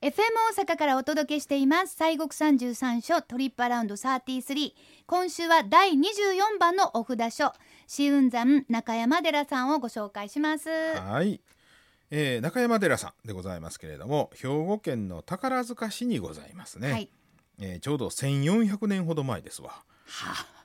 FM 大阪からお届けしています西国三十三所トリップアラウンド33今週は第24番のお札所紫雲山中山寺さんをご紹介しますはい、えー中山寺さんでございますけれども兵庫県の宝塚市にございますね、はいえーちょうど1400年ほど前ですわ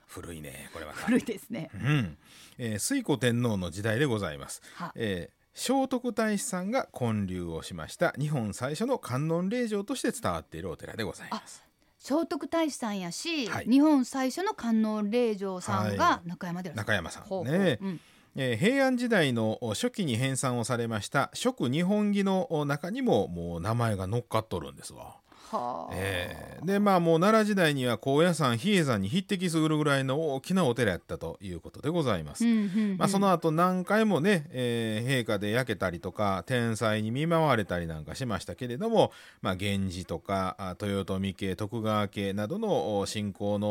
古いねこ れは古いですねうん、えー推古天皇の時代でございますは、えー聖徳太子さんが建立をしました日本最初の観音霊場として伝わっているお寺でございます聖徳太子さんやし、はい日本最初の観音霊場さんがは中山寺さん、中山さんほうほうねうんえー平安時代の初期に編纂をされました「食日本紀」の中にももう名前が乗っかっとるんですわ。はあ、えーでまあもう奈良時代には高野山比叡山に匹敵するぐらいの大きなお寺やったということでございます。うんうんうんまあ、その後何回もね、えー陛下で焼けたりとか天才に見舞われたりなんかしましたけれども、まあ、源氏とかあ豊臣家徳川家などのお信仰の、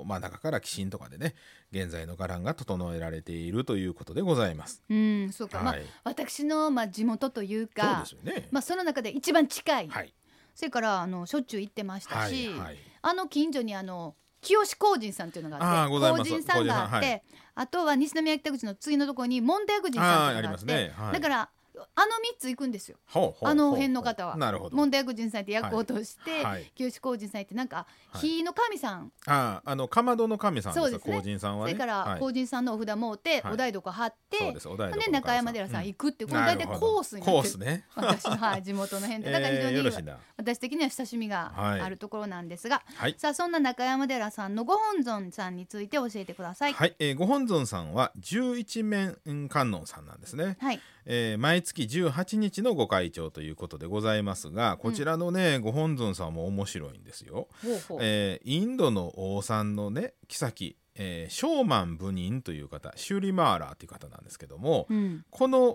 おまあ、中から寄進とかでね現在の伽藍が整えられているということでございます。うんそうか、まあはい私のまあ地元というそうかですよね、まあその中で一番近い、はいそれからあのしょっちゅう行ってましたはいし、はいあの近所にあの清志工人さんっていうのがああっーてございます工人さんがあっ工人さんはてあとは西宮北口の次のところに門弟宮人さんっていうのがあってあーありますねはいだからあの3つ行くんですよほうほうほうあの辺の方はなるほど門弟宮人さんって役を落として、はい清志工人さんってなんかはい火の神さん、あああのかまどの神さんですそうよですね荒神さんそはねれからはい工人さんのお札もうて、はいお台所貼ってそうですお台ほん所ので神中山寺さん行くっていう、このな大る体ほどコースになコっーてスる、ね私の、はい、地元の辺でだから非常 えーに、よろしいな私的には親しみがはいあるところなんですが、はいさあそんな中山寺さんのご本尊さんについて教えてください。はい、えーご本尊さんは十一面観音さんなんですね、はい、えー毎月18日のご開帳ということでございますがこちらのね、ご本尊さんも面白いんですよ、ほうほうえーインドの王さんのね妃、えーショーマン部人という方シュリマーラーという方なんですけども、うん、この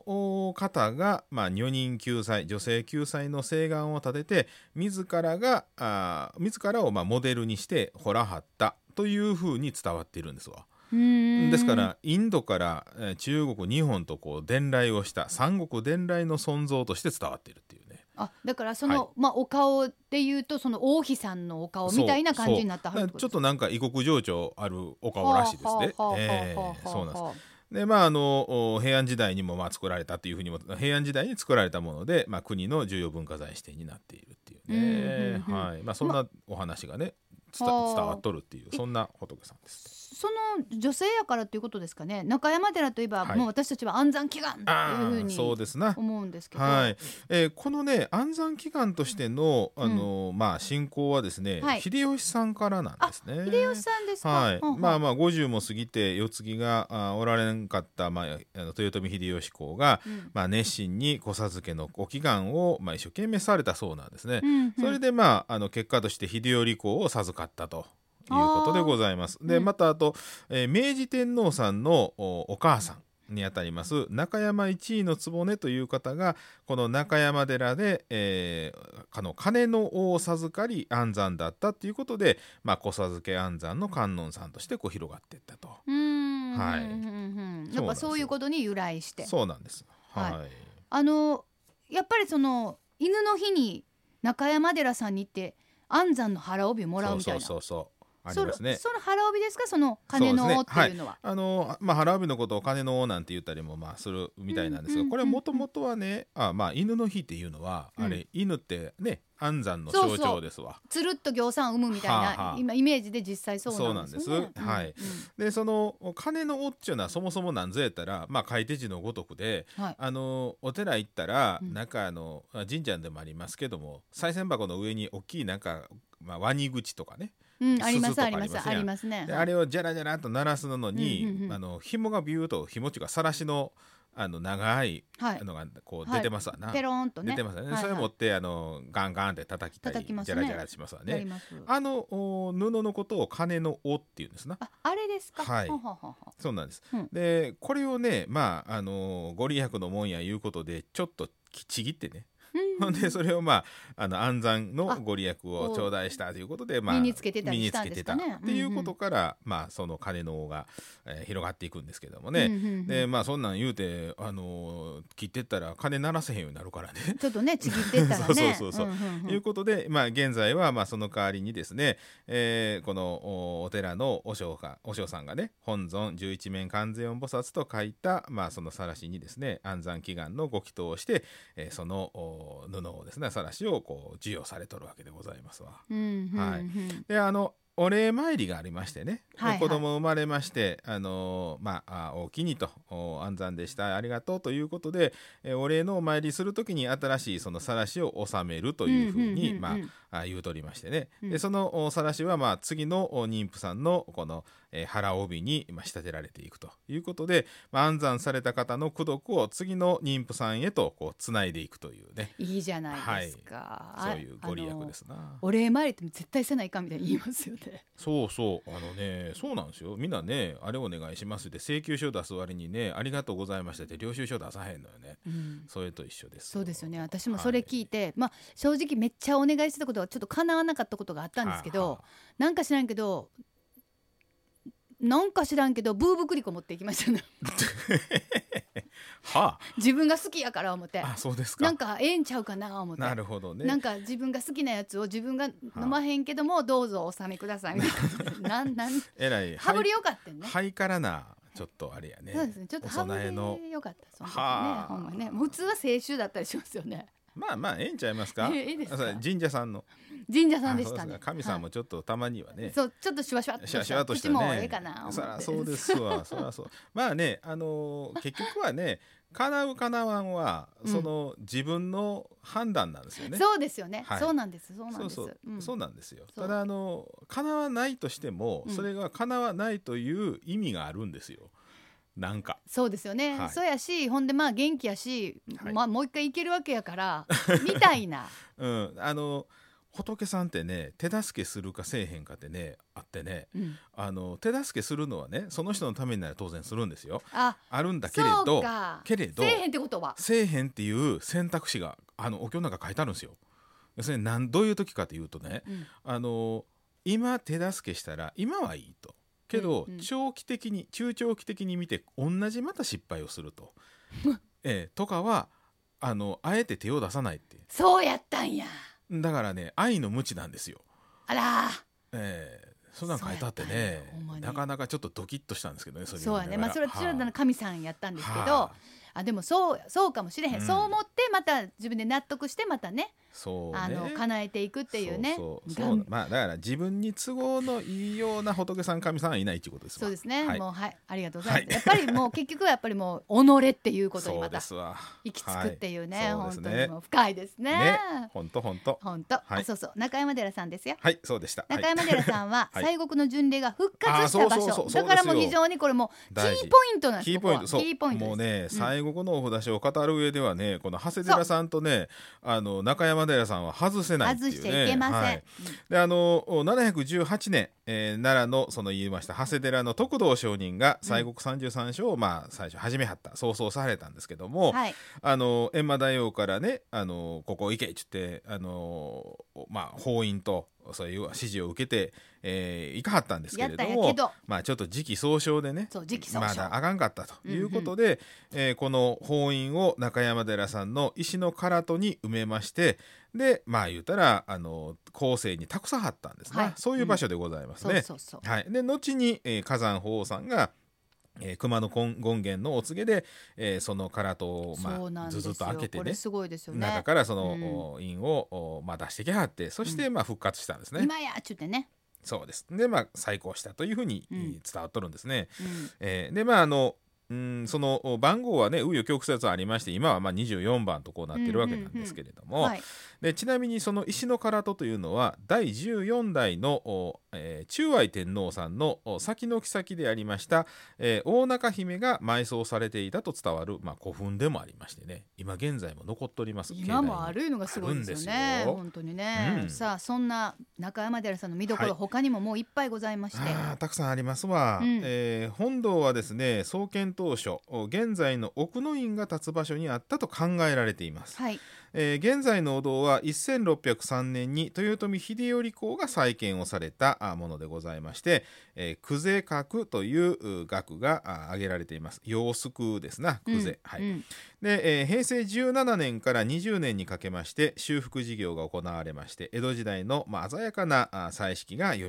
お方が、まあ、女人救済女性救済の請願を立てて自らがあー自らをまあモデルにしてほらはったというふうに伝わっているんですわ。うーんですからインドからえー中国日本とこう伝来をした三国伝来の存像として伝わっているっていうね。あだからその、はまあお顔でいうとその王妃さんのお顔みたいな感じになったはそうるそうってこだからちとでょっすとなんか異国情緒あるお顔らしいですね。えーそうなんです。す。でまああのお平安時代にもまあ作られたというふうにも平安時代に作られたもので、まあ、国の重要文化財指定になっているっていうね、うんうんうんはいまあ、そんなお話がね、つたはあ伝わっとるっていうそんな仏さんです。その女性やからということですかね。中山寺といえば、はいもう私たちは安産祈願ってあいうふうあそうにですな。思うんですけど。はい、えーこのね安産祈願としての、あのまあ信仰はですね、はい秀吉さんからなんですね。秀吉さんですか。はい、ほんほんまあまあ50も過ぎて世継ぎがあおられんかった、まあ、あの豊臣秀吉公が、うんまあ、熱心に子授けのご祈願を、まあ、一生懸命されたそうなんですね。うんうんそれでまああの結果として秀頼公を授かったと。いうことでございます。うで、んまたあと、えー明治天皇さんのおお母さんにあたります中山一位の局という方がこの中山寺で、えーあの金のを授かり安産だったということで、まあ、子授け安産の観音さんとしてこう広がっていったと。うーんはいうんうんうんそやうっなんぱですよそういうことに由来してそうなんです。はい。はあのやっぱりその犬の日に中山寺さんに行って安産の腹帯をもらうみたいなそうそうそうそう。ありますね。そのその腹帯ですかその鐘の緒っていうのはあのまあ、腹帯のことを金の王なんて言ったりもまあするみたいなんですが、うんうんこれもともとはねあ、まあ、犬の日っていうのは、うんあれ犬ってね安産のそうそ象う徴ですわ。つるっと行産を生むみたいはあはなあ今イメージで実際そうなんですそうよなねんですはいでその金の王っていうのはそもそもなんぞやったら、まあ、書いて字のごとくで、はいあのお寺行ったら、うんなんかあのあ神社でもありますけども賽銭箱の上に大きいなんか、まあ、ワニ口とかねうんうんありま鈴とすあかりますあありりまますねであれをジャラジャラと鳴らすのうに、んうんうんあの紐がビューと紐っていうかさらしのあの長いはいのがこうはい出てますわな、ペローンとね出てますわね、はいそれはい持ってあのガンガンって叩きたり叩きますねジャラジャラしますわやりねますあのお布のことを金の尾っていうんですなああれですかはいほんほんほんほんそうなんです、うんでこれをねまああのご利益のもんやいうことでちょっとちぎってねほんでそれをまああの安産のご利益を頂戴したということで、まあ、身につけてたり身にしたつんけですてかたねっていうことから、まあ、その鐘の尾が、えー広がっていくんですけどもね、うんうんうんでまあ、そんなん言うて、あのー切ってったら鐘鳴らせへんようになるからね。ちょっとねちぎってったらね そうそうそうそうんんんいうことで、まあ、現在はまあその代わりにですね、えーこのおお寺の和尚が和尚さんがね本尊十一面観世音菩薩と書いた、まあ、その晒しにですね安産祈願のご祈祷をして、えーそのお布をですね晒しをこう授与されとるわけでございますわ。うんうんうんはいであのお礼参りがありましてね、はいはい子供生まれまして、あのーまあ、あおおきにとお安産でしたありがとうということで、えーお礼のお参りするときに新しいその晒しを納めるというふうんに、んんんまあ、あ言うとりましてね、うんでそのお晒しは、まあ、次のお妊婦さんのこの、えー腹帯に、まあ、仕立てられていくということで、まあ、安産された方の功徳を次の妊婦さんへとこうつないでいくというねいいじゃないですか、そういうご利益あのですな。お礼参りって絶対せないかんみたいに言いますよねそうそうあのねそうなんですよみんなねあれお願いしますって請求書出す割にねありがとうございましたって領収書出さへんのよねうんそれと一緒ですそうですよね私もそれ聞いて、まあ正直めっちゃお願いしてたことはちょっと叶わなかったことがあったんですけど、はあはあなんか知らんけどなんか知らんけどブーブクリコ持っていきましたね は自分が好きやから思ってああそうですかなんかええんちゃうかな思ってなるほどねなんか自分が好きなやつを自分が飲まへんけどもどうぞお納めくださいみたいな なんなんえらい羽振りよかったよね、ハイカラなちょっとあれやねそうですねちょっとお羽供えの振りよかったその時はねあほんまねもう普通は清酒だったりしますよね まあまあええんちゃいますかええいいですかあそう神社さんの神社さんでしたあそうねすか神さんもちょっとたまにはね、そうちょっとシュワシュワっとしシたャシャワとした口ね。もええかな思ってそらそうで すわ。そらそう。まあね、あのー結局はね、叶う叶わんは、うんその自分の判断なんですよね。そうですよね、はいそうなんですそうなんそでうすそう、うんそうなんですよ。そうただあの叶わないとしても、うんそれが叶わないという意味があるんですよ。なんか。そうですよね、はいそうやしほんでまあ元気やし、はいまあもう一回いけるわけやから みたいなうん、あの仏さんってね、手助けするかせえへんかってね、あってね、うんあの手助けするのはね、その人のためになら当然するんですよ。ああるんだけれそうど、かけれど。せえへんってことはせえへんっていう選択肢があのお経の中書いてあるんですよ。要するになんどういう時かというとね、うんあの今手助けしたら今はいいと。けど、うんうん長期的に中長期的に見て同じまた失敗をす ると。ええとかはあのあえて手を出さないって。そうやったんやだからね愛の無知なんですよ。あらええそんなん書いてあってねそうやったんやほんまになかなかちょっとドキッとしたんですけどねそれそうやねまあそれはそれはなん神さんやったんですけど、あでもそうそうかもしれへん、うんそう思ってまた自分で納得してまたねそうねあの叶えていくっていうねそうそうがそうんまあだから自分に都合のいいような仏さん神さんはいないっていうことですわそうですね、はいもうはいありがとうございます、はやっぱりもう結局はやっぱりもう己っていうことにそうまたですわ行き着くっていうね,、はいそ本う当ですねにもう深いですねね本当本当本当、はいあそうそう中山寺さんですよはいそうでしたはい中山寺さんははい西国の巡礼が復活したあー場そうそう所そうだからもうそうですよ非常にこれもうキーポ大事イントなんですキーポイントここそはキーポイうントですもうねうん最後のお札を語る上ではねこの長谷寺さんとねあの中山寺さんは外せないっていう外しねちゃいけません、はいであの718年、えー奈良のその言いました長谷寺の徳道上人が西国三十三所を、まあ、最初始めはった早々されたんですけども、はいあの閻魔大王からねあのここ行けっつってあの、まあ、法院とそういう指示を受けて、えー行かはったんですけやっれたどんやもけどまあ、ちょっと時期尚早でねそう時期尚ま早だあかんかったということで、えーこの法院を中山寺さんの石の唐戸に埋めましてでまあ言うたらあの後世に託さはったんですね、はいそういう場所でございますね。そうそうそうはい、で後に、えー火山法皇さんが、えー熊野権権現のお告げで、えーその唐戸を、まそうなあ、んですずずよっと開けてこねれすごいですよね中からそうんの、お印を、おまあ、出してきはってそして、まあ、復活したんですね。今やっちゅってね、そうですで、まあ、再興したというふうに、うんえー伝わっとるんですね。うんえーでまああのうんそのお番号はね紆余曲折ありまして今はまあ24番とこうなってるわけなんですけれども、はい、でちなみにその石の唐戸というのは第14代の、おえー中愛天皇さんのお先の妃でありました、えー大中姫が埋葬されていたと伝わる、まあ、古墳でもありましてね今現在も残っております今もあ境内にるいうのがすごいですよねあるんですよ本当にね、うんさあそんな中山寺さんの見どころ、はい他にももういっぱいございましてあーたくさんありますわ、うんえー本堂はですね創建当初お現在の奥の院が立つ場所にあったと考えられていますはい、ええー現在のお堂は1603年に豊臣秀頼公が再建をされたあものでございまして、えー、久世閣というう額があ挙げられています洋服ですな久世、はいうんで、えー平成17年から20年にかけまして修復事業が行われまして江戸時代の、まあ、鮮やかなあ彩色が蘇っ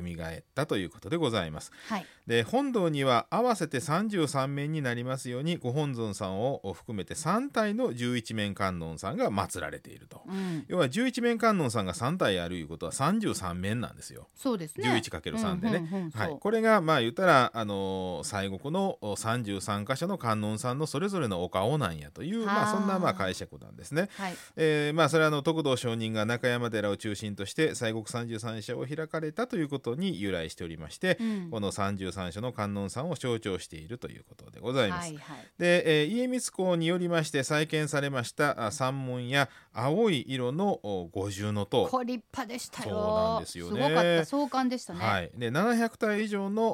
たということでございますはいで本堂には合わせて33面になりますようにご本尊さんを含めて3体の11面観音さんが祀られているとうん、要は11面観音さんが3体あるいうことは33面なんですよそうですね 11×3 でね、うんうんうんそうはい、これがまあ言ったら、あのー西国のお33箇所の観音さんのそれぞれのお顔なんやというまあ、はあそんなまあ解釈なんですね。はいえーまあ、それはあの徳道上人が中山寺を中心として西国33社を開かれたということに由来しておりまして、うんこの33所の観音さんを象徴しているということでございます。はいはいで、えー家光公によりまして再建されましたあ山門や青い色のお五重の塔これ立派でしたよそうなんですよねごかった壮観でしたね、はい、で700体以上の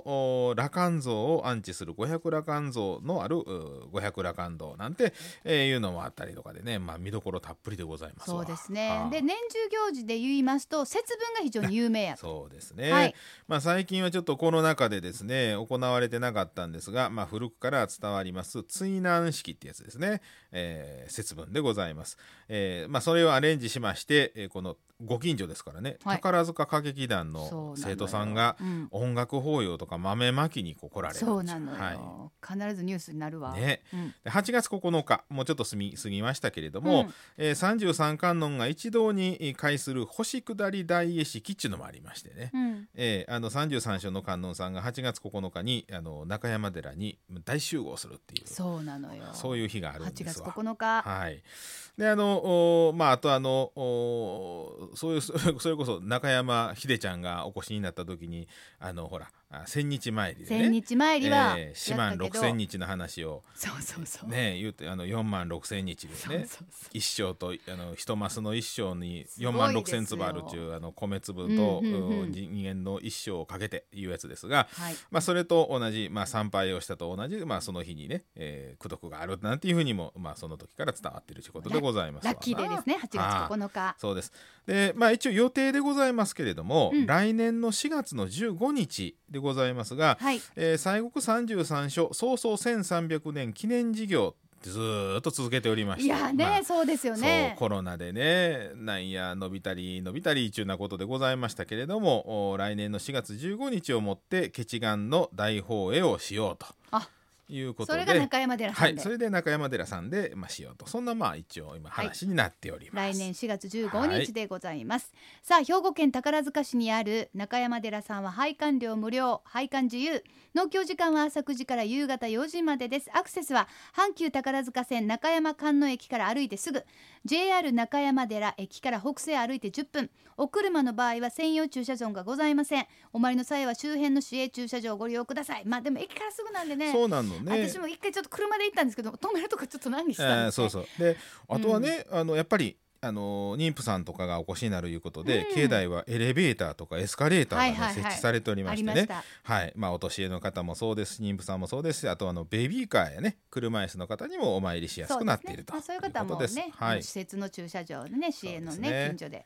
お羅漢像を安置する500羅漢像のあるう500羅漢堂なんて、えーいうのもあったりとかでね、まあ、見どころたっぷりでございますわそうですねあーで年中行事で言いますと節分が非常に有名やとそうですね、はいまあ、最近はちょっとコロナ禍でですね行われてなかったんですが、まあ、古くから伝わります追難式ってやつですね、えー節分でございます、えーまあ、それをアレンジしまして、えーこのご近所ですからね、はい宝塚歌劇団そうなののよ生徒さんがうん音楽法要とか豆まきにこう来られるんですよそうなのよ、はい必ずニュースになるわ、ねうん、で8月9日もうちょっと過ぎ過ぎましたけれども、うんえー33観音が一堂にえー会する星下り大絵式っていうのもありましてね、うん、えーあの33所の観音さんが8月9日にあの中山寺に大集合するっていうそうなのよそういう日があるん8で月すわ。 9日、はい、であのおまああとあのおそう いうそそれこそ中山秀ちゃんがお越しになった時にあのほらあ千日参りでね千日参りはやえっー、四万たけ六ど、千日の話をそうそうそう、ね言うてあの4万6千日ですそうねそうそう一升とあの一マスの一升にすごい4万6ですよ千粒あるっていうあの米粒と、うんうんうんうん人間の一生をかけていうやつですが、はいまあ、それと同じ、まあ、参拝をしたと同じ、まあ、その日にね、えー、功徳があるなんていうふうにも、まあ、その時から伝わっているということでございますわラッキーデーですね8月9日そうですで、まあ、一応予定でございますけれども、うん来年の4月の15日でございますが、はいえー西国三十三所早々1300年記念事業ってずーっと続けておりましていやね、まあそうですよねそうコロナでねなんや伸びたり伸びたりちゅうなことでございましたけれどもお来年の4月15日をもってケチガンの大放映をしようとあいうことそれでが中山寺はさんい、で、それで中山寺さんで、まあ、しようとそんなまあ一応今はい話になっておりま来す。年4月15日でございます、さあ兵庫県宝塚市にある中山寺さんは拝観料無料拝観自由農協時間は朝9時から夕方4時までですアクセスは阪急宝塚線中山観音駅から歩いてすぐ JR 中山寺駅から北西へ歩いて10分お車の場合は専用駐車場がございませんお参りの際は周辺の市営駐車場をご利用くださいまあでも駅からすぐなんでねそうなのね私も一回ちょっと車で行ったんですけど止めるとかちょっと難儀したんです、ねえーそうそうであとはね、あのやっぱりあの妊婦さんとかがお越しになるいうことで、うん境内はエレベーターとかエスカレーターがね、はいはいはい設置されておりましてありましねたはいまあ、お年寄りの方もそうですし妊婦さんもそうですしあとあのベビーカーやね車椅子の方にもお参りしやすくなっているとそうですねまあそういう方はもういねこ、とですはあのい施設の駐車場のね支援のそうですねね近所で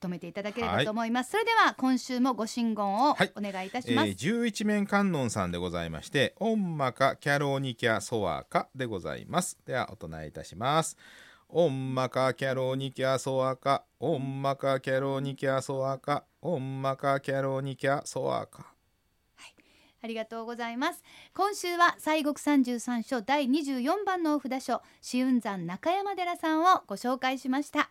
止めていただけれはばいと思います、それでは今週もご神言をおはい願いいたしえます、ー、11面観音さんでございまして「オンマカキャロニキャソワカ」でございますではお唱えいたします「オンマカキャロニキャソワカ」「オンマカキャロニキャソワカ」「オンマカキャロニキャソワカ」ありがとうございます今週は西国三十三所第24番のお札所紫雲山中山寺さんをご紹介しました